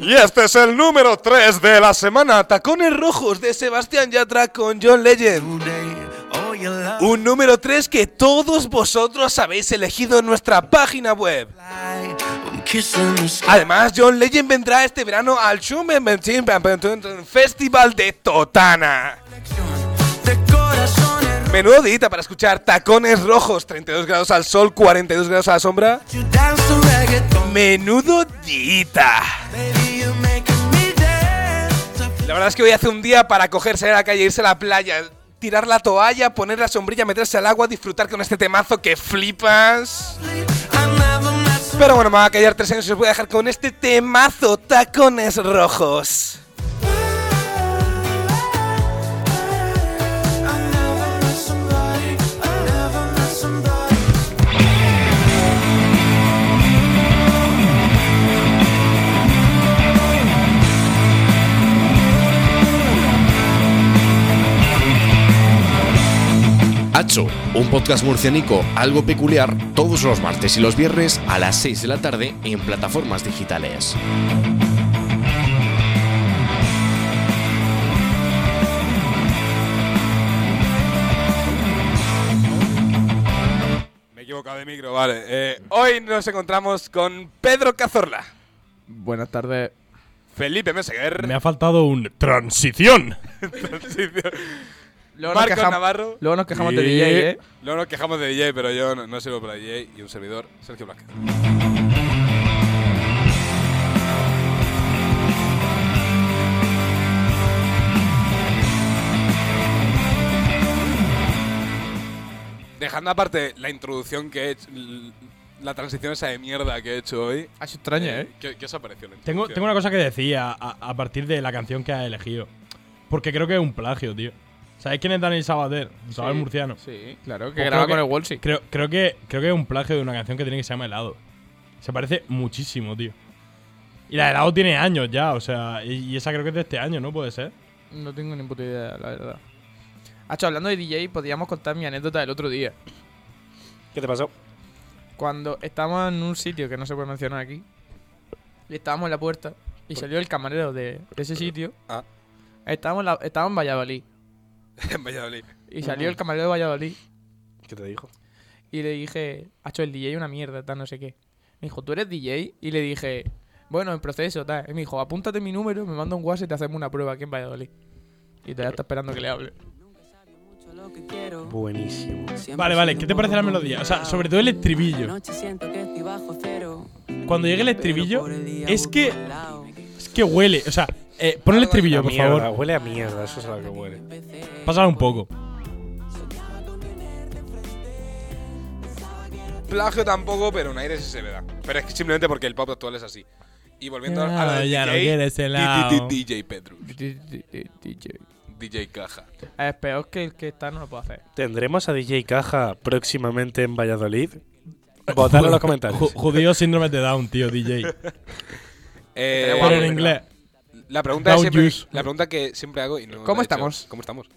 Y este es el número 3 de la semana, Tacones Rojos de Sebastián Yatra con John Legend. Un número 3 que todos vosotros habéis elegido en nuestra página web. Además, John Legend vendrá este verano al Festival de Totana. Menudo dita para escuchar tacones rojos, 32 grados al sol, 42 grados a la sombra. Menudo dita. La verdad es que hoy hace un día para cogerse a la calle, irse a la playa, tirar la toalla, poner la sombrilla, meterse al agua, disfrutar con este temazo que flipas. Pero bueno, me voy a callar tres años y os voy a dejar con este temazo, tacones rojos. Hacho, un podcast murcianico algo peculiar todos los martes y los viernes a las 6 de la tarde en plataformas digitales. Me he equivocado de micro, vale. Eh, hoy nos encontramos con Pedro Cazorla, Buenas tardes. Felipe Meseguer, Me ha faltado un transición. Luego Marcos quejam- Navarro. Luego nos quejamos de Y- DJ, ¿eh? No nos quejamos de DJ, pero yo no, no sirvo para DJ y un servidor, Sergio Blasquez. Dejando aparte la introducción que he hecho, l- la transición esa de mierda que he hecho hoy. Ha sido extraña, ¿eh? ¿Qué, qué os ha parecido la Tengo, introducción? tengo una cosa que decir a, a- a partir de la canción que has elegido. Porque creo que es un plagio, tío. ¿Sabéis quién es Daniel Sabater? Un chaval Sí, murciano. Sí, claro, que Pues graba creo con que- el Wolsey. Creo, creo, que, creo que es un plagio de una canción que tiene que se llama Helado. Se parece muchísimo, tío. Y la de Helado tiene años ya, o sea, y, y esa creo que es de este año, ¿no? Puede ser. No tengo ni puta idea, la verdad. Hacho, hablando de DJ, podríamos contar mi anécdota del otro día. ¿Qué te pasó? Cuando estábamos en un sitio que no se puede mencionar aquí, y estábamos en la puerta, y salió el camarero de, de ese sitio. Ah. Estábamos, en la- estábamos en Valladolid. en Valladolid. Y salió el camarero de Valladolid, ¿Qué te dijo? y le dije, Hacho, el DJ es una mierda, tal, no sé qué. Me dijo, ¿tú eres DJ? Y le dije, bueno, en proceso, tal. Y me dijo, apúntate mi número, me manda un WhatsApp y te hacemos una prueba aquí en Valladolid. Y todavía está esperando que le hable. Buenísimo. Vale, vale, ¿qué te parece la melodía? O sea, sobre todo el estribillo. Cuando llegue el estribillo, es que. Es que huele, o sea, eh, pon el estribillo, A por mierda, favor. Huele a mierda, eso es a lo que huele. Pásala un poco. Plagio tampoco, pero un aire sí se le da. Pero es que simplemente porque el pop actual es así. Y volviendo a la Ah, de ya lo DJ, quieres helado. DJ Pedro, DJ. DJ Caja. Es peor que el que está, no lo puedo hacer. ¿Tendremos a DJ Caja próximamente en Valladolid? Votad en los Ju- comentarios. Judío síndrome de Down, tío, DJ. Eh, Pero en inglés. La pregunta, es Down siempre- juice. la pregunta que siempre hago y no ¿Cómo la he estamos? hecho. ¿Cómo estamos?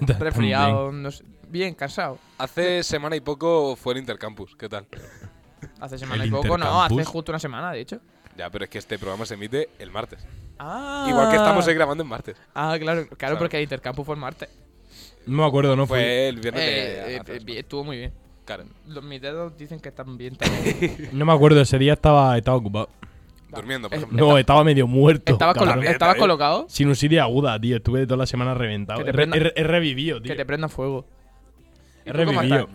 Resfriado, no sé. Bien, cansado. Hace semana y poco fue el Intercampus, ¿qué tal? Hace semana El y poco, no, hace Intercampus. justo una semana, de hecho. Ya, pero es que este programa se emite el martes. Ah. Igual que estamos hoy grabando en martes. Ah, claro, claro, Claro. porque el intercampo fue el martes. No me acuerdo, no fue. Fue el viernes de... Eh, eh, eh, bien, estuvo muy bien. Claro. Los, mis dedos dicen que están bien. No me acuerdo, ese día estaba, estaba ocupado. Durmiendo, por Eh, ejemplo. No, estaba medio muerto. Estabas, colo- cabrón. estabas colocado, Sinusitis aguda, tío. Estuve toda la semana reventado. Que te He, re- prenda- he re- he revivido, tío. que te prendan fuego. He ¿Y tú cómo revivido.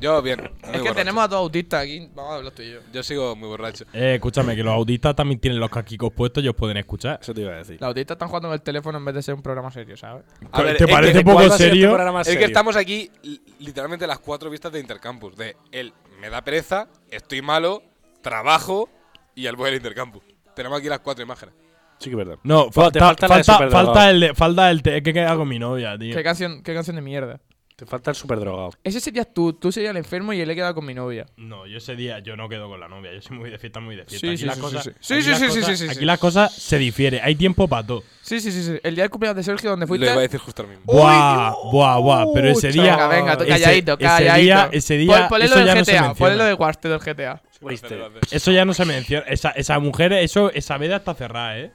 Yo bien. muy Es que borracho. tenemos a dos autistas aquí, vamos a hablar tú y yo. Yo sigo muy borracho. Eh, escúchame, que los autistas también tienen los casquicos puestos y os pueden escuchar. Eso te iba a decir. Los autistas están jugando con el teléfono en vez de ser un programa serio, ¿sabes? A ver, ¿Te es que- parece ¿Cuál poco va a ser tu serio? este programa Es serio? que estamos aquí li- literalmente las cuatro vistas de Intercampus. De él me da pereza, estoy malo, trabajo y al voy al Intercampus. Tenemos aquí las cuatro imágenes. Sí que es verdad. No, Fa- te falta, falta la de falta, Superdogado. falta el de- falta el de- es que he quedado con mi novia, tío. ¿Qué canción, qué canción de mierda? Te falta el superdrogado. Ese serías tú, tú serías el enfermo y él he quedado con mi novia. No, yo ese día yo no quedo con la novia. Yo soy muy de fiesta, muy de fiesta. Sí, Aquí sí, las sí, cosas- sí, sí. aquí Sí, sí, las sí, cosas- sí, sí, sí, Aquí sí. las cosas se difieren. Hay tiempo para todo. Sí, sí, sí, sí. El día del cumpleaños de Sergio donde Lo fuiste. iba a decir justamente. Oh, Buah, buah, buah. Pero ese día. Venga, venga, tú ese- calladito, calladito. Ese día, ese día. Pon- ponle eso lo del ya no se GTA, ponle lo menciona. de Guaste del GTA. ¿Viste? Eso ya no se menciona. Esa, esa mujer, eso, esa veda está cerrada, ¿eh?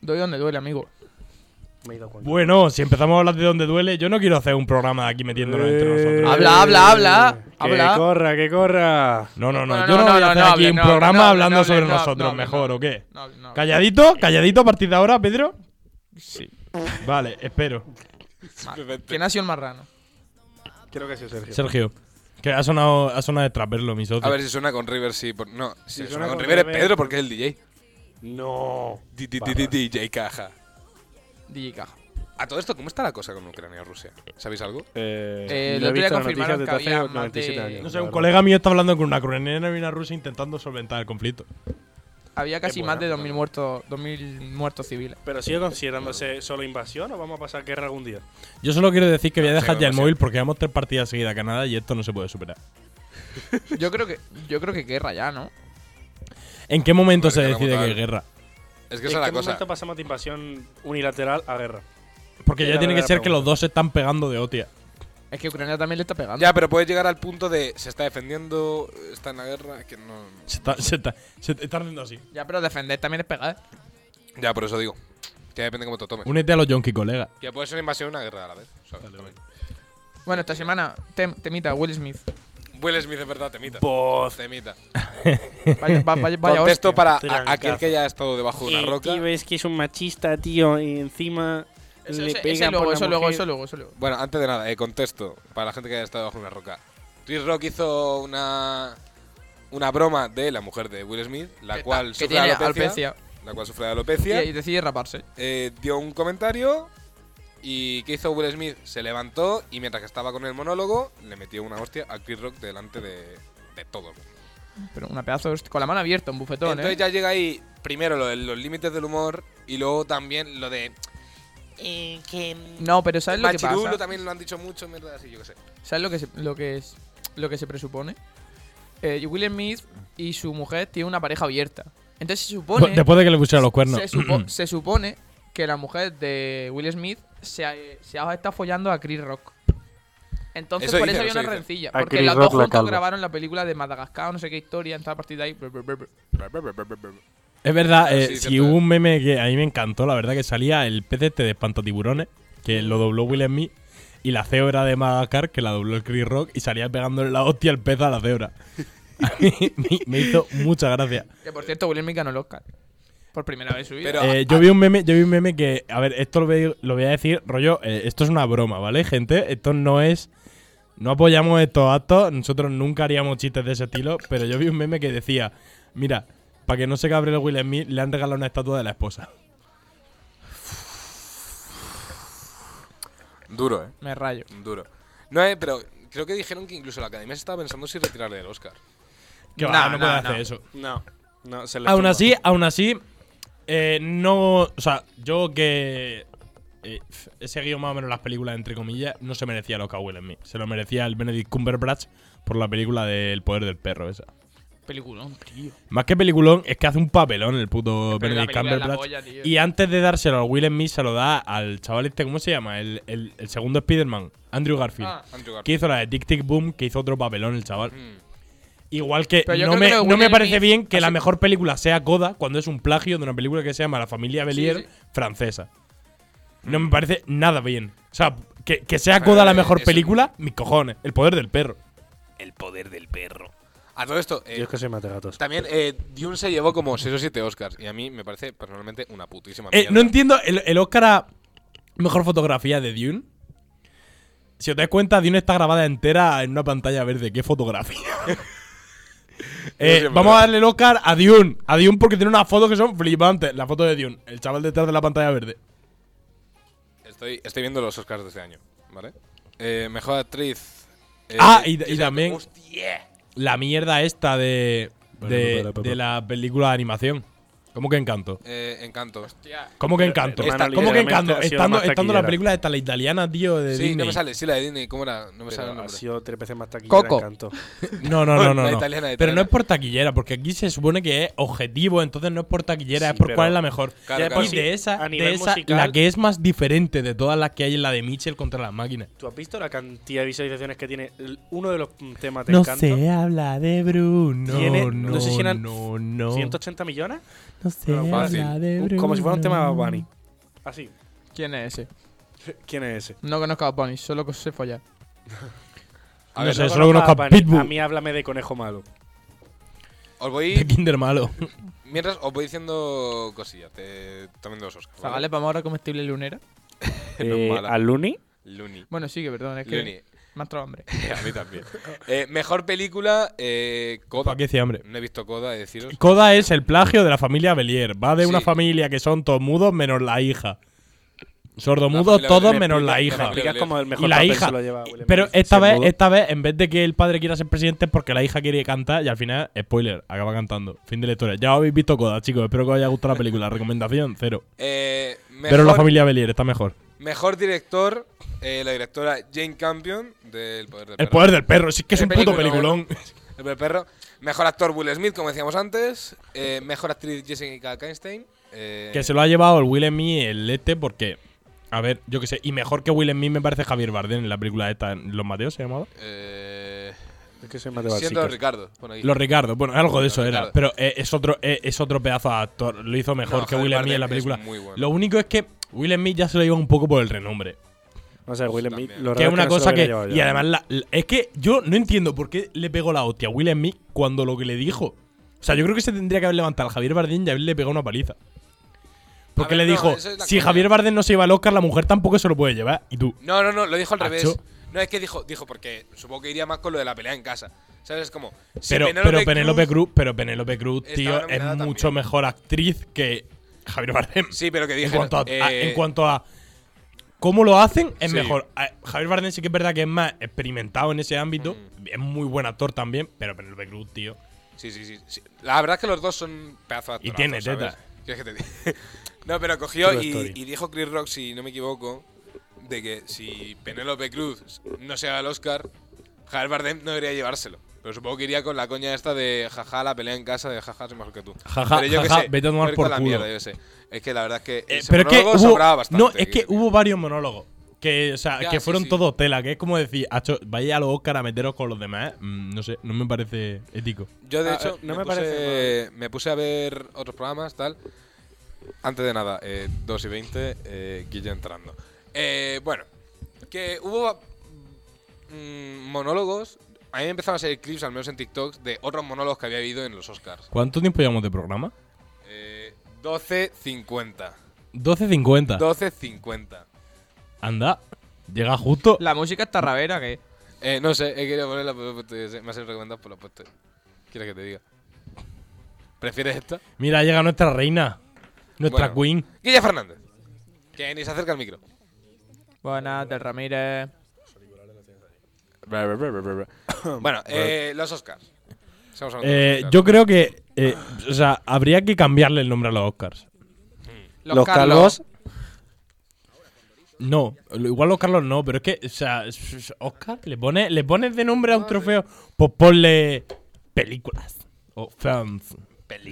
Doy donde duele, amigo. Me he ido con- Bueno, si empezamos a hablar de donde duele, yo no quiero hacer un programa de aquí metiéndonos entre Eh, nosotros. Habla, habla, habla, Que habla. corra, que corra. No, no, no. No, no, yo no, no, voy no, a hacer no aquí hable, un no, programa no hable, hablando no hable, sobre no, nosotros, no, mejor, ¿o qué? No, no. ¿Calladito? ¿Calladito a partir de ahora, Pedro? Sí. Vale, espero. ¿Quién ha sido el marrano? Creo que sí, Sergio. Sergio, que ha sonado, ha sonado de traperlo, mi socio. A ver si suena con River, sí. por- No, si suena con River es Pedro porque es el DJ. No. Di- di- di- di- DJ Caja. DJ Caja. A todo esto, ¿cómo está la cosa con Ucrania y Rusia? ¿Sabéis algo? Eh, no el he otro día visto la confirmaron que noticia desde había hace más 97 de- años. No sé, un la colega mío está hablando con una ucraniana y una rusa intentando solventar el conflicto. Había casi Qué más de buena, 2.000 muertos, 2000 muertos civiles. verdad. Pero sigue considerándose solo invasión o vamos a pasar guerra algún día. Yo solo quiero decir que voy a Sí, dejar ya el demasiado. móvil porque vamos tres partidas seguidas a Canadá y esto no se puede superar. Yo creo que yo creo que guerra ya, ¿no? ¿En qué momento Hombre, se que la decide que votar. hay guerra? Es que esa es ¿En la qué cosa. momento pasamos de invasión unilateral a guerra? Porque Es ya la tiene que verdadera ser que pregunta. los dos se están pegando de hostia. Es que Ucrania también le está pegando. Ya, pero puedes llegar al punto de se está defendiendo, está en la guerra, que no. Se está, se está, se está haciendo así. Ya, pero defender también es pegar. Ya, por eso digo. Que depende cómo te lo tomes. Únete a los Yonki, colega. Que puede ser una invasión y una guerra a la vez. ¿sabes? También. Bueno, esta semana, tem- temita, Will Smith. Will Smith es verdad, temita. Voz. Temita. Vaya, va- vaya, vaya Contexto hostia. para a- Trancazo. aquel que ya ha estado debajo de una roca. ves que es un machista, tío, y encima Eso, ese- ese luego, eso luego, eso luego, eso luego. Bueno, antes de nada, eh, contexto para la gente que haya estado bajo una roca. Chris Rock hizo una una broma de la mujer de Will Smith, la Que- cual que sufre tiene de alopecia, alopecia. la cual sufre de Y, alopecia, y decide raparse. eh, dio un comentario y qué hizo Will Smith, se levantó y mientras que estaba con el monólogo le metió una hostia a Chris Rock delante de, de todo el mundo. Pero una pedazo de hostia, con la mano abierta, un bufetón, Entonces ¿eh? ya llega ahí, primero, lo de los límites del humor y luego también lo de. eh, que mm, No, pero ¿sabes lo que machirulo pasa? también lo han dicho mucho, mierda, así, yo qué sé. ¿Sabes lo que se, lo que es lo que se presupone? Eh, Will Smith y su mujer tienen una pareja abierta. Entonces se supone Pues Después de que le pusiera los cuernos. se, supo- se supone que la mujer de Will Smith se ha, se ha estado follando a Chris Rock. Entonces Eso por dice, eso había eso una dice. rencilla. A Porque Chris los dos Rock la juntos calva. grabaron la película de Madagascar o no sé qué historia. Entonces a partir de ahí... brr, brr, brr, brr. Es verdad, Ah, eh, sí, si cierto. hubo un meme que a mí me encantó, la verdad que salía el pez este de Espantatiburones, que lo dobló Will Smith, y la cebra de Madagascar, que la dobló el Chris Rock, y salía pegándole la hostia al pez a la cebra. A mí me, me hizo mucha gracia. Que por cierto, Will Smith ganó el Oscar. Por primera vez en su vida. Pero- Eh, yo vi un meme, yo vi un meme que, a ver, esto lo voy, lo voy a decir, rollo, eh, esto es una broma, ¿vale, gente? Esto no es, no apoyamos estos actos, nosotros nunca haríamos chistes de ese estilo, pero yo vi un meme que decía, mira, para que no se cabre el Will Smith, le han regalado una estatua de la esposa. Duro, eh. Me rayo. Duro. No, eh, pero creo que dijeron que incluso la academia se estaba pensando si retirarle el Oscar. Que va, No, no, no, puede no. hacer eso. No, no, se le Aún tumba. así, aún así, eh, no. O sea, yo que eh, f- he seguido más o menos las películas, entre comillas, no se merecía los que Will en mí. Se lo merecía el Benedict Cumberbatch por la película del poder del perro, esa. Peliculón, tío. Más que peliculón, es que hace un papelón el puto Pero la Benedict película es la Cumberbatch. polla, tío. y antes de dárselo a Will Smith, se lo da al chaval este, ¿cómo se llama? El, el- el segundo Spider-Man, Andrew Garfield. Ah. Andrew Que Garfield. hizo la de Tic Tic Boom, que hizo otro papelón el chaval. Mm. Igual que Pero yo no creo me, que no Will me Smith parece bien que ha la sido- mejor película sea Coda cuando es un plagio de una película que se llama La familia Belier sí. Mm. francesa. No me parece nada bien. O sea, que, que sea Coda la Eh, mejor es- película, mis cojones. El poder del perro. A todo esto, eh, Yo es que soy mategatos. también eh, Dune se llevó como 6 o 7 Oscars. Y a mí me parece personalmente una putísima Eh, mierda. no entiendo el, el Oscar a mejor fotografía de Dune. Si os dais cuenta, Dune está grabada entera en una pantalla verde. ¡Qué fotografía! Eh, siempre. vamos a darle el Oscar a Dune. A Dune porque tiene unas fotos que son flipantes. La foto de Dune. El chaval detrás de la pantalla verde. estoy, estoy viendo los Oscars de este año, ¿vale? Eh, mejor actriz. eh, Ah, y, Jessica- y también ¡Hostia! la mierda esta de, de, de la película de animación. ¿Cómo que encanto? Eh, Encanto. ¿Cómo que encanto? eh, Hermano, Esta- ¿Cómo que literalmente encanto? ha sido Estando, más estando la taquillera. película esta, la italiana, tío, de Sí, no Disney. me sale. Sí, la de Disney. ¿Cómo era? No me sale el Pero ha nombre. sido tres veces más taquillera Coco. Encanto. No, no, no, no. La no. italiana, la Pero italiana. no es por taquillera, porque aquí se supone que es objetivo, entonces no es por taquillera, Sí, es por pero- cuál es la mejor. Claro, Ya, claro. y pues sí, de esa, a de nivel esa, musical- la que es más diferente de todas las que hay es la de Mitchell contra las máquinas. ¿Tú has visto la cantidad de visualizaciones que tiene el- uno de los mm, temas de No Encanto? se habla de Bruno. Tiene- no, no sé si eran no, no. 180 millones, No se No, fácil. habla de Bruno. como si fuera un tema de Bad Bunny. Así. ¿Quién es ese? ¿Quién es ese? No conozco a Bunny, solo que sé follar. A no ver, sé, No solo conozco conozco a Bad Bunny. Pitbull. A mí háblame de conejo malo. os De voy. Kinder Malo. Mientras os voy diciendo cosillas. Te, también de los Oscars. ¿vale? Zagales, vamos ahora a comestible lunera. No es mala. Eh, Luni? Looney. Bueno, sí, que perdón, es que Looney. me ha entrado hambre. A mí también. Eh, mejor película, eh, Coda. ¿Para qué decía, hombre? No he visto Coda, he de deciros. Coda es el plagio de la familia Belier. Va de una Sí. familia que son todos mudos menos la hija. Sordomudos familia todos Belier. menos la Me hija. explica- Explicas como el mejor Y la papel hija. se lo lleva Will Pero Smith. esta Ser vez, mudo. esta vez, en vez de que el padre quiera ser presidente, es porque la hija quiere cantar y al final, spoiler, acaba cantando. Fin de la historia. Ya habéis visto Coda, chicos. Espero que os haya gustado la película. Recomendación, cero. Eh, mejor, Pero la familia Belier está mejor. mejor director, eh, la directora Jane Campion del Poder del El Perro. poder del perro, sí que es Qué un puto peliculón. peliculón. El Poder del Perro. Mejor actor Will Smith, como decíamos antes. Eh, mejor actriz Jessica Kainstein. Eh, Que se lo ha llevado el Will Smith el este porque. A ver, yo qué sé. Y mejor que Will Smith me parece Javier Bardem en la película esta. ¿Los Mateos se llamaba? eh, Es que soy más de siento básicas. Ricardo. pon ahí. Los Ricardo, bueno, algo de Los eso era. Ricardo. Pero eh, es otro eh, es otro pedazo de actor. Lo hizo mejor No, que Javier Will Smith Bardem en la es película. muy bueno. Lo único es que Will Smith ya se lo lleva un poco por el renombre. O sea, Will Smith. También. lo Que raro es una no se lo cosa hubiera que. llevado Y ya. además, la- la- es que yo no entiendo por qué le pegó la hostia a Will Smith cuando lo que le dijo. O sea, yo creo que se tendría que haber levantado al Javier Bardem y haberle pegado una paliza. Porque A ver, le no, dijo: eso es la Si coña. Javier Bardem no se lleva el Oscar, la mujer tampoco se lo puede llevar. Y tú. No, no, no, lo dijo al Acho. revés. No, es que dijo, dijo porque supongo que iría más con lo de la pelea en casa. ¿Sabes? Es Como. si pero, pero Penélope Cruz, pero Penélope Cruz, estaba tío, es nominada mucho también. mejor actriz que Javier Bardem. Sí, pero que eh, en dije. cuanto a, a- en cuanto a cómo lo hacen, es sí. mejor. A- Javier Bardem sí que es verdad que es más experimentado en ese ámbito. Mm. Es muy buen actor también, pero Penélope Cruz, tío. Sí, sí, sí, sí. La verdad es que los dos son pedazos de Y actorazos, tiene ¿sabes? teta. ¿Quieres que te diga? no, pero cogió True y, story. y dijo Chris Rock, si no me equivoco, de que si Penélope Cruz no se haga el Oscar, Javier Bardem no debería llevárselo. Pero supongo que iría con la coña esta de jaja, la pelea en casa de jaja, soy mejor que tú. Jaja, pero yo qué jaja, sé, vete a tomar ver por con la culo. mierda, yo qué sé. Es que la verdad es que. Eh, ese pero es que monólogo hubo, sobraba bastante, no, es que quiero decir. hubo varios monólogos. Que, o sea, Ya, que sí, fueron sí. todo tela, que es como decir, "Acho, vaya a los Oscar a meteros con los demás. Mm, no sé, no me parece ético. Yo, de Ah, hecho, eh, no me, me puse, parece me puse a ver otros programas, tal. Antes de nada, eh, 2 y 20, eh, Guille entrando. Eh, bueno, que hubo mm, monólogos. A mí me empezaron a salir clips, al menos en TikTok, de otros monólogos que había habido en los Oscars. ¿Cuánto tiempo llevamos de programa? Eh, 12.50. 12.50. 12.50. Anda, llega justo. La música es tarravera, que Eh, no sé, he querido ponerla, pero pues, eh, me ha sido recomendado por la puesta. ¿Quieres que te diga? ¿Prefieres esta? Mira, llega nuestra reina, nuestra Bueno. queen. Guille Fernández. Que ni se acerca al micro. Buenas, del Ramírez. Bueno, eh, los Oscars. Estamos hablando de Eh, los Oscars. yo creo que, eh, o sea, habría que cambiarle el nombre a los Oscars. Los, Carlos. No, lo- igual los Carlos no, pero es que, o sea, s- s- Oscar, le pones, le pones de nombre a un trofeo, pues ponle películas o films,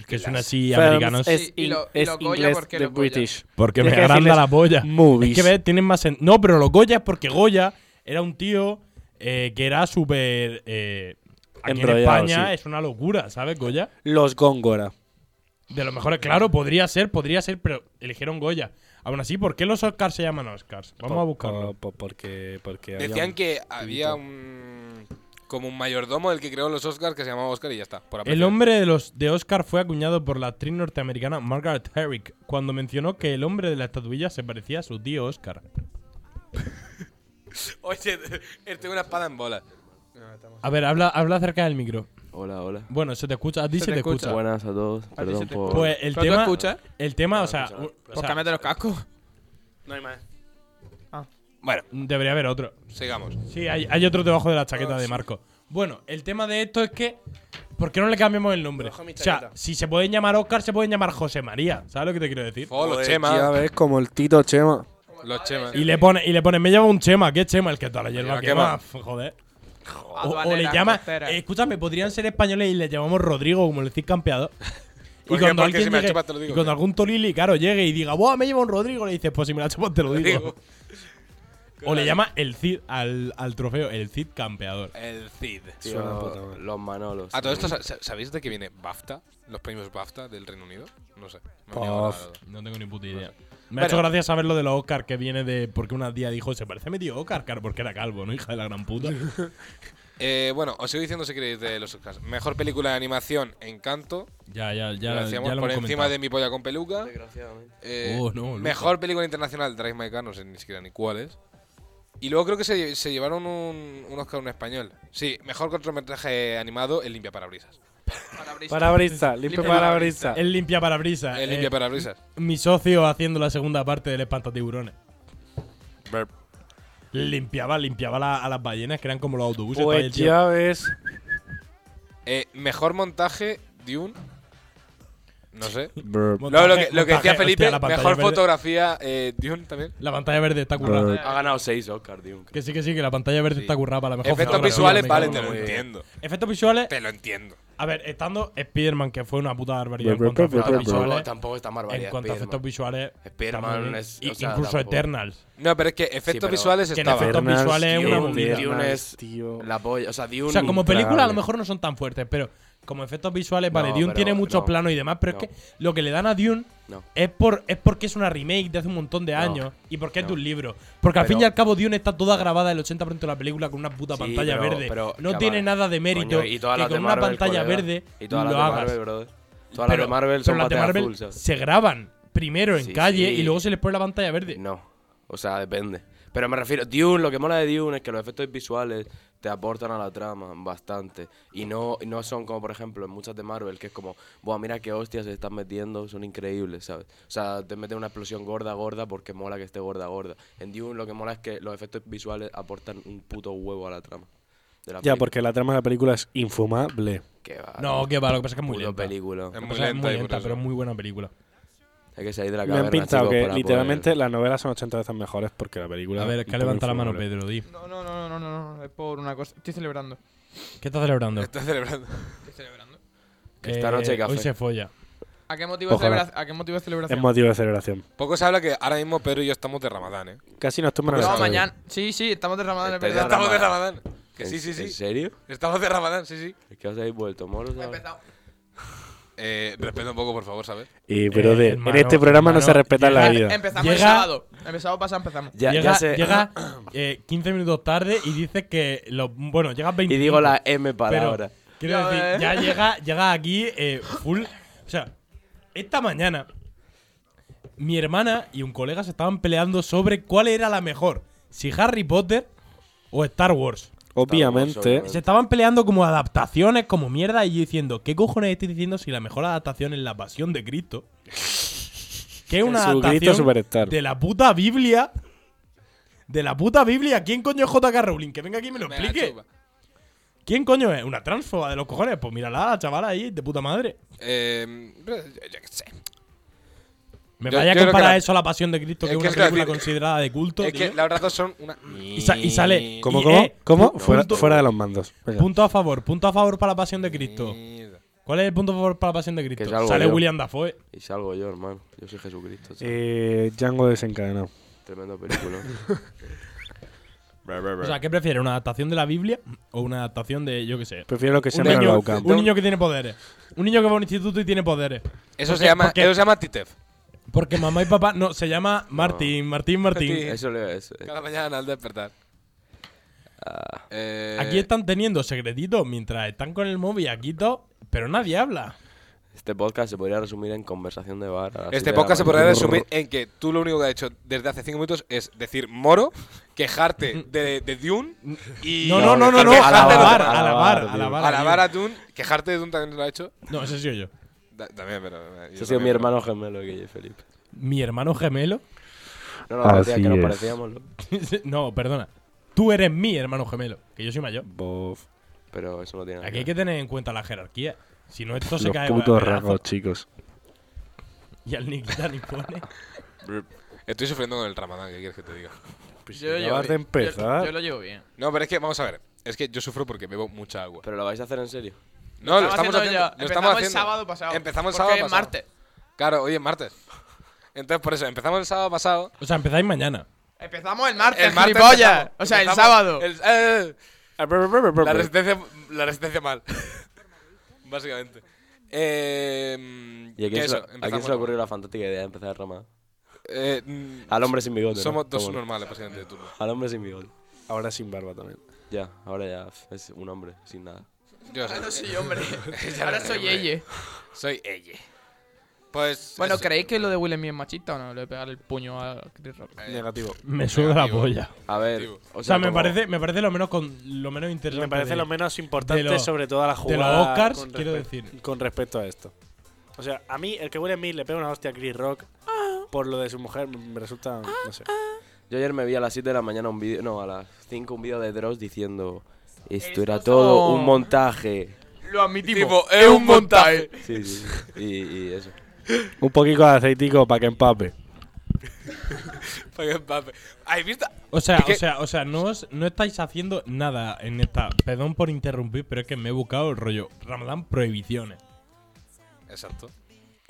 que son así Films americanos. Es, Sí, y in- lo- y es lo Goya inglés porque de lo Goya. British. Porque me Tienes que agranda decirles la polla. movies. Es que ves, tienen más sen- No, pero los Goya es porque Goya era un tío eh, que era súper. eh, aquí en Enrollado, España sí. es una locura, ¿sabes, Goya? Los Góngora. De los mejores, claro, podría ser, podría ser, pero eligieron Goya. Aún así, ¿por qué los Oscars se llaman Oscars? Vamos a buscarlo. Po- po- porque, porque había Decían un- que había un. Como un mayordomo del que creó los Oscars que se llamaba Oscar y ya está. Por El apreciar. hombre de los de Oscar fue acuñado por la actriz norteamericana Margaret Herrick cuando mencionó que el hombre de la estatuilla se parecía a su tío Oscar. Oye, él tiene una espada en bola. A ver, habla, habla cerca del micro. Hola, hola. Bueno, se te escucha, a ti Se se, te te escucha. escucha. Buenas a todos. ti se Perdón te por. Pues ¿Pero el tú tema, escuchas? el tema, o sea, u- o Pues sea, cámbiate los cascos. No hay más. Bueno, debería haber otro. sigamos. Sí, hay, hay otro debajo de la chaqueta de Marco. Bueno, el tema de esto es que ¿Por qué no le cambiamos el nombre? Dejo mi O sea, chaqueta. si se pueden llamar Oscar, se pueden llamar José María. ¿Sabes lo que te quiero decir? Oh, los Pues Ya Chema. ves, como el Tito Chema. Los Chema. Y le pone, y le pone, me lleva un Chema, ¿qué Chema? El que toda la Lleva hierba quema. F- Joder. O, o le Aduaneras, llama. costeras. eh, escúchame, podrían ser españoles y le llamamos Rodrigo, como le decís campeado. ¿Por Y qué? cuando, Porque alguien si me la llegue- chupas te lo digo, y cuando ¿qué? algún Tolili, claro, llegue y diga, ¡buah, me lleva un Rodrigo! Le dices, pues si me la chupas te lo digo. O le llama el Cid al, al trofeo, el Cid campeador. El Cid. Suena puta madre. los Manolos. A todo esto, sa- sa- ¿sabéis de qué viene BAFTA? ¿Los premios BAFTA del Reino Unido? No sé. Me han llegado Pof. la- No tengo ni puta idea. Me Bueno. ha hecho gracia saber lo de los Oscar que viene de. Porque una día dijo, se parece a mi tío Oscar, claro, porque era calvo, ¿no? Hija de la gran puta. Eh, bueno, os sigo diciendo si queréis de los Oscars. Mejor película de animación, Encanto. ya, ya, Ya, ya. lo ya decíamos lo hemos por encima comentado. de Mi Polla con Peluca. Desgraciadamente. Eh, Oh, no, Luca. mejor película internacional, Drive My Car, no sé ni siquiera ni cuál es. Y luego creo que se, se llevaron un, un Oscar un español. Sí, mejor cortometraje animado, El Limpia Parabrisas. Parabrisa, limpio parabrisa. El limpia parabrisas. El eh, Limpia Parabrisas. mi socio haciendo la segunda parte del espantatiburones. Limpiaba, limpiaba la- a las ballenas que eran como los autobuses. todo el Pues tío. ya ves. Eh, mejor montaje, Dune. No sé. Montaje, Luego lo que, lo que montaje, decía Felipe, hostia, la pantalla mejor verde- fotografía, eh, Dune también. La pantalla verde está currada. Ha ganado 6 Oscar, tío. Que sí, que sí, que la pantalla verde Ah. Sí. está currada para la mejor Efectos fotografía, visuales, me vale, cago te en lo la vida. entiendo. Efectos visuales, Te lo entiendo. a ver, estando Spider-Man, que fue una puta barbaridad en Bro, bro, cuanto a bro, efectos bro, bro. visuales. tampoco está mal En cuanto a efectos visuales, está Spider-Man muy bien. es- Y- o sea, Incluso tampoco- Eternals. No, pero es que efectos pero- visuales que en estaban. efectos Eternals, visuales es una tío, movida. tío. Dune es tío. la polla. O sea, Dune. O sea, como pe- película a lo Implacable. mejor no son tan fuertes, pero como efectos visuales, vale, No, Dune pero tiene muchos no, planos y demás, pero no. es que lo que le dan a Dune No. es por es porque es una remake de hace un montón de No, años y porque es de no. un libro. Porque al Pero- fin y al cabo Dune está toda grabada el 80% de la película con una puta Sí, pantalla pero- verde. pero, no ya tiene vale. nada de mérito Coño, y todas que las de con una Marvel, pantalla colega. verde Y lo todas las de hagas. Marvel, brother. Todas las de Marvel son pero las de pantalla Marvel azul, ¿sabes? se graban primero en Sí, calle sí. y luego se les pone la pantalla verde. No, o sea, depende. Pero me refiero, Dune, lo que mola de Dune es que los efectos visuales te aportan a la trama bastante. Y no, y no son como, por ejemplo, en muchas de Marvel, que es como, buah, mira qué hostias se están metiendo, son increíbles, ¿sabes? O sea, te meten una explosión gorda, gorda, porque mola que esté gorda, gorda. En Dune lo que mola es que los efectos visuales aportan un puto huevo a la trama. de la Ya, película. porque la trama de la película es infumable. Qué va, No, que va, lo que pasa es que es muy puto lenta. Es película. Lo que muy pasa es que lenta y por eso. pero es muy buena película. Hay que salir de la Me caverna, han pintado chicos, que para literalmente poder- las novelas son 80 veces mejores porque la película. A ver, que hiper levanta la mano infumable. Pedro, di. No, no, no, no, no, no, no, es por una cosa. Estoy celebrando. ¿Qué estás celebrando? Está celebrando. Estoy celebrando. Que esta noche hay café. Eh, Hoy se folla. ¿A qué motivo, de Ojalá. celebra- ¿A qué motivo de Es celebración? motivo de celebración. Poco se habla que ahora mismo Pedro y yo estamos de Ramadán, ¿eh? Casi nos toman no, mañana. Sí, sí, estamos de Ramadán, es Este verdad. Estamos de Ramadán. Ramadán. Que ¿En- sí, sí, ¿En sí. serio? Estamos de Ramadán, sí, sí. Es que os habéis vuelto moros, Ha ¿sabes? empezado. Eh, respeta un poco, por favor, ¿sabes? Y, brother, Eh, hermano, en este programa no hermano, se respeta la llega- vida. Em, Empezamos el Llega- sábado. El sábado pasado empezamos. Ya, llega ya sé. llega, eh, 15 minutos tarde y dices que. lo- bueno, llegas 20. Y digo la E M pero, palabra. Quiero Ya decir, ves. ya llega, llega aquí eh, full. O sea, esta mañana mi hermana y un colega se estaban peleando sobre cuál era la mejor: si Harry Potter o Star Wars. Obviamente. Estamos Se estaban peleando como adaptaciones, como mierda, y yo diciendo, ¿qué cojones estoy diciendo si la mejor adaptación es la pasión de Cristo? Que es una Jesucristo adaptación Superstar. de la puta Biblia. De la puta Biblia. ¿Quién coño es JK Rowling? Que venga aquí y me lo Venga, explique. chupa. ¿Quién coño es? ¿Una transfoba de los cojones? Pues mírala, la chavala ahí, de puta madre. Eh, yo- yo qué sé. Me Yo- vaya a yo creo que comparar la- eso a la pasión de Cristo, Es que que es una es que la- película considerada de culto, Es que tío. las razas son una. Y, sa- y sale. ¿Cómo, y, cómo? eh, ¿Cómo? pu- Fuera, punto- fuera de los mandos. Venga. Punto a favor, punto a favor para la pasión de Cristo. Mierda. ¿Cuál es el punto a favor para la pasión de Cristo? Que salgo Sale yo. William Dafoe. Y salgo yo, hermano. Yo soy Jesucristo. chaval. Eh, Django desencadenado. Eh. Tremendo película. O sea, ¿qué prefieres? ¿Una adaptación de la Biblia o una adaptación de, yo qué sé? Prefiero lo que se Un llama el niño, Laucam. un niño que tiene poderes. Un niño que va a un instituto y tiene poderes. Eso, se Porque- llama, porque- eso se llama Titef. Porque mamá y papá. No, se llama Martín, Martín, Martín. Martín. Eso le eso. eh. Cada mañana al despertar. Eh, Aquí están teniendo secretitos mientras están con el móvil aquí todo, pero nadie habla. Este podcast se podría resumir en conversación de bar. a las siete Este de la podcast se podrá mañana. resumir en que tú lo único que has hecho desde hace 5 minutos es decir moro, quejarte de, de Dune y. No, no, no, no, no. quejarte de los Alabar, demás. alabar, tío. alabar. Alabar a Dune, quejarte de Dune también lo ha hecho. Dios. No, ese soy yo. Da- también, pero. eh, yo Ese ha también, sido mi pero- hermano gemelo que yo, Felipe. Mi hermano gemelo. No, no, parecía Así que nos es. parecíamos. ¿no? no, perdona. Tú eres mi hermano gemelo, que yo soy mayor. Bof. Pero eso no tiene nada Aquí hay que tener en cuenta la jerarquía. Si no, esto se Los cae. putos a pedazos. rasgos, chicos. Y al Nikita ni pone. Estoy sufriendo con el ramadán, ¿qué quieres que te diga? Pues Yo lo llevo acabas de bien. empezar. Yo, yo lo llevo bien. No, pero es que, vamos a ver. Es que yo sufro porque bebo mucha agua. ¿Pero lo vais a hacer en serio? No, lo estamos haciendo haciendo. ya. Lo Empezamos estamos el haciendo. sábado pasado. Empezamos el Porque sábado es pasado. martes. Claro, hoy es martes. Entonces, por eso, empezamos el sábado pasado. O sea, empezáis mañana. Empezamos el martes, El martes. gilipollas. empezamos- O sea, el empezamos- sábado. el- eh, eh, Ah, eh. la, Yo resistencia, la resistencia mal. Básicamente. Eh, ¿Y a que quién, eso, se, le- a quién empezamos se le ocurrió la fantástica idea de empezar a ramar? Eh, mm, Al hombre sin bigote. ¿no? Somos dos ¿Cómo no? normales, básicamente, de turno. Al hombre sin bigote. Ahora sin barba también. Ya, ahora ya f- es un hombre sin nada. Yo Ahora no soy, soy hombre. Ahora soy ella. soy ella. Pues. Bueno, eso. ¿creéis que lo de Will Smith es machista o no? Lo de pegar el puño a Chris Rock. Eh, Negativo. Me suda la Negativo. polla. A ver, Tío. O sea, me como- parece, me parece lo menos con lo menos interesante. Me parece de- lo menos importante de lo- sobre toda la de los jugada. Oscars, con quiero respe- decir. Con respecto a esto. O sea, a mí, el que huele a mí le pega una hostia a Chris Rock por lo de su mujer, me resulta. No sé. Yo ayer me vi a las 7 de la mañana un vídeo, no, a las 5 un vídeo de Dross diciendo esto Esto era son- todo un montaje. Lo admitimos. Tipo, es un montaje. Sí, sí. Y, y eso. Un poquito de aceitico para que empape. Porque Mbappé- ¿Habéis visto? O sea, Es que- o sea, o sea, no, os- no estáis haciendo nada en esta. Perdón por interrumpir, pero es que me he buscado el rollo. Ramadán prohibiciones. Exacto.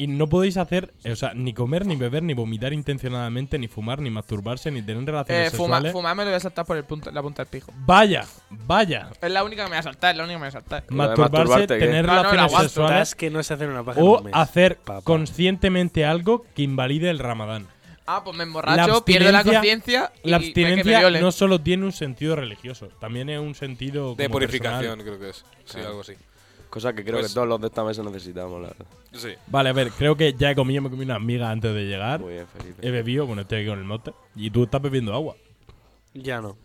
Y no podéis hacer, o sea, ni comer, ni beber, ni vomitar intencionadamente, ni fumar, ni masturbarse, ni tener Eh, relaciones fuma, sexuales. fumar me lo voy a saltar por el punto, la punta del pijo. Vaya, vaya. Es la única que me voy a saltar, es la única que me voy a saltar. de Masturbarse, masturbarte, ¿qué? tener No, no, la relaciones aguanto. sexuales Estás que no es hacer una paja. en o un mes. hacer Papá. conscientemente algo que invalide el ramadán. Ah, pues me La emborracho, abstinencia- pierdo la conciencia y La me- que me abstinencia violen. no solo tiene un sentido religioso, también es un sentido De como purificación, personal. creo que es. Sí, algo así. Cosa que creo Pues- que todos los de esta mesa necesitamos, la verdad. Sí. Vale, a ver, creo que ya he comido, me comí una miga antes de llegar. Muy bien, He Felipe. bebido, bueno, estoy aquí con el mote. Y tú estás bebiendo agua. Ya no.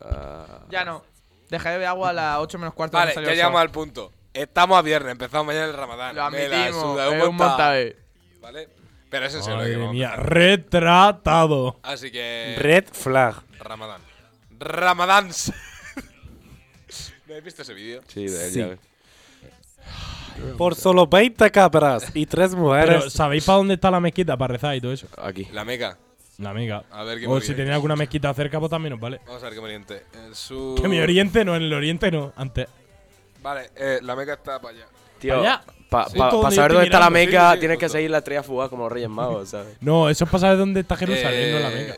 Ah, Ya no. Dejé de beber agua a las 8 menos cuarto. Vale, cuando salió ya el llegamos sol. al punto. Estamos a viernes, empezamos mañana el ramadán. Lo Me la admitimos, suda, es un montaje. ¿Vale? Pero es en serio. que Madre vamos a mía, empezar. retratado. Así que. Red flag. Ramadán. Ramadán. ¿No habéis visto ese vídeo? sí, de él, Sí. ya ves. Por solo 20 cabras y tres Pero, mujeres. ¿sabéis para dónde está la mezquita para rezar y todo eso? Aquí. La Meca. La miga. A ver, ¿qué me o si oriente? tenéis alguna mezquita cerca, pues también os vale. Vamos a ver qué me oriente. Eh, El sur. Que mi oriente no, en el oriente no, antes. Vale, eh, la Meca está para allá. Tío, allá. para Sí, todo donde yo saber estoy dónde está mirando, la sí, meca sí, sí, tienes que justo. seguir la estrella fugaz como los Reyes Magos, ¿sabes? No, eso es para saber dónde está Jerusalén, no la Eh, miga.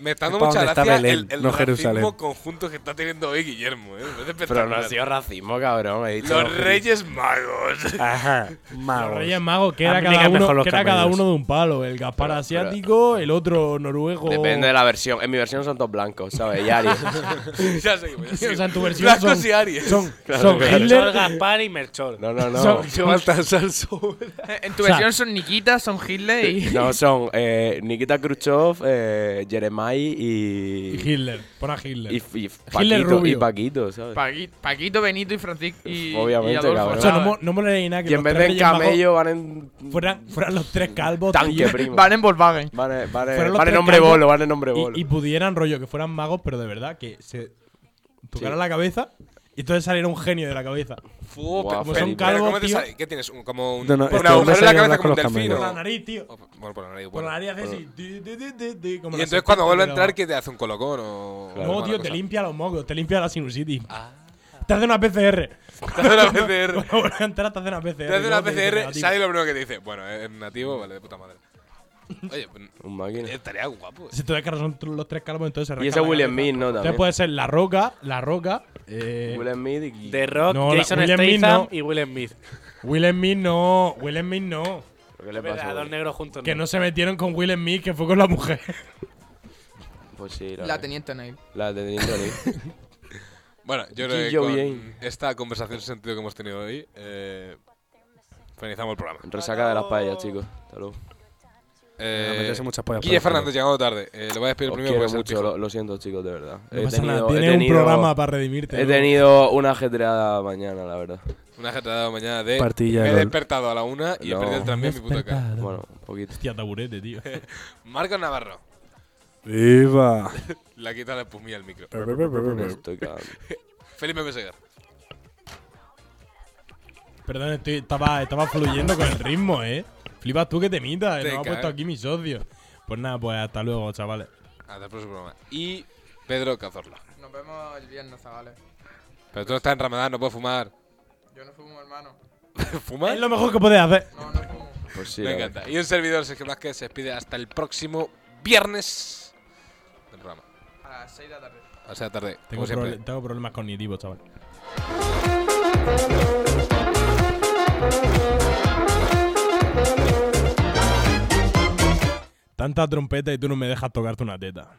Me está dando Pa' mucha dónde está gracia Belén, el, el racismo no Jerusalén. conjunto que está teniendo hoy Guillermo. ¿eh? Me parece Pero no ha espectacular. sido racismo, cabrón. he dicho- Los Reyes Magos. Ajá. Los Magos. Reyes Magos, que A era, mí me caen cada mejor uno, los que era cada camellos. uno de un palo. El Gaspar Pero- pero- asiático, el otro noruego. Depende de la versión. En mi versión son todos blancos, ¿sabes? Y Aries. ya seguimos. Ya O sea, en tu seguimos. versión Blancos son- y Aries. Son, Claro, son claro. Melchor, Hitler. Gaspar y Merchol. No, no, no. Son- En tu O sea- versión son Nikita, son Hitler y. No, son eh, Nikita Khrushchev, eh, Jeremai Y y. Hitler. Pon a Hitler. Y, y Paquito, Rubio. y Paquito, ¿sabes? Paqui- Paquito, Benito y Francisco. Y, Obviamente, y Adolfo, cabrón. o sea, no, ¿sabes? mo- no molaría nada que y en los vez tres de en Reyes Magos camello van en. fueran, fueran los tres calvos. tanque, tío. primo. Van en Volkswagen. Van en, van en- Fueron los van en tres hombre calvos bolo, van en hombre bolo. y, y pudieran, rollo, que fueran magos, pero de verdad, que se tocaran la cabeza y entonces saliera un genio de la cabeza. Fu, Guau, pero- son pero calvos, ¿cómo te tío. sale? ¿Qué tienes? Un- Como un, No, no, un esto agujero me en la sale cabeza más como un con delfín. los camellos. Por o- la nariz, tío. o- Oh, Bueno, por la nariz. Por bueno. la nariz hace así. di, di, di, di, di, como Y la entonces cuando vuelve a serpiente entrar, de ¿qué te hace? ¿Un colocón o.? la- o No, alguna tío, te cosa? Ah. limpia los mocos, te limpia la sinusitis. Te hace una PCR. Te hace una PCR. Cuando vuelve a entrar, te hace una PCR. Te hace una luego dice PCR, negativo. sale lo primero que te dice. Bueno, es nativo, vale, de puta madre. Oye, pues, Un máquina. Eh, estaría guapo. eh. Si tú ves que ahora son tr- los tres calvos, entonces se Y ese rasca la William cabeza. Smith, ¿no? También. Entonces puede ser La Roca, La Roca. Eh, Will Smith y. The Rock, No, la- Jason Will Smith Statham no. y Will Smith. Will Smith no, Will Smith no. ¿Pero ¿Qué le Verdad, pasa? dos güey? negros juntos. Que no se metieron con Will Smith, que fue con la mujer. Pues sí, La teniente Neil. La teniente Neil. Bueno, yo creo que Gillo con Bien. esta conversación sin sentido que hemos tenido hoy, eh, finalizamos el programa. Resaca de las paellas, chicos. Hasta luego. Eh, meterse muchas pollas por Guille el Fernández, llegado tarde. Eh, lo voy a despedir Os primero quiero porque es el mucho, pijo. lo, lo siento, chicos, de verdad. No He pasa nada, tenido- he tienes tenido- un programa para este redimirte. He ¿no? tenido una ajetreada mañana, la verdad. Una jetada mañana de. Partilla me he LOL. despertado a la una y he No. perdido el tranvía en mi puta cara. Despertado. Bueno, un poquito. Hostia, taburete, tío. Marcos Navarro. ¡Viva! La quita la espumilla al micro. Me estoy cagando. Felipe Meseguer. Perdón, estoy- estaba, estaba fluyendo con el ritmo, ¿eh? Flipas tú que te mitas, eh, Te nos ha puesto cagas. aquí mi socio. Pues nada, pues hasta luego, chavales. Hasta el próximo programa. Y Pedro Cazorla. Nos vemos el viernes, chavales. Pero tú estás en Ramadán, no puedes fumar. Yo no fumo, hermano. ¿Fumar? Es lo mejor que puedes hacer. No, no fumo. Pues sí. Me la encanta. Y un servidor, Sergio Vázquez, se despide hasta el próximo viernes del programa. A las 6 de la tarde. O sea, tarde. Tengo, Como siempre. proble- tengo problemas cognitivos, chaval. Tanta trompeta y tú no me dejas tocarte una teta.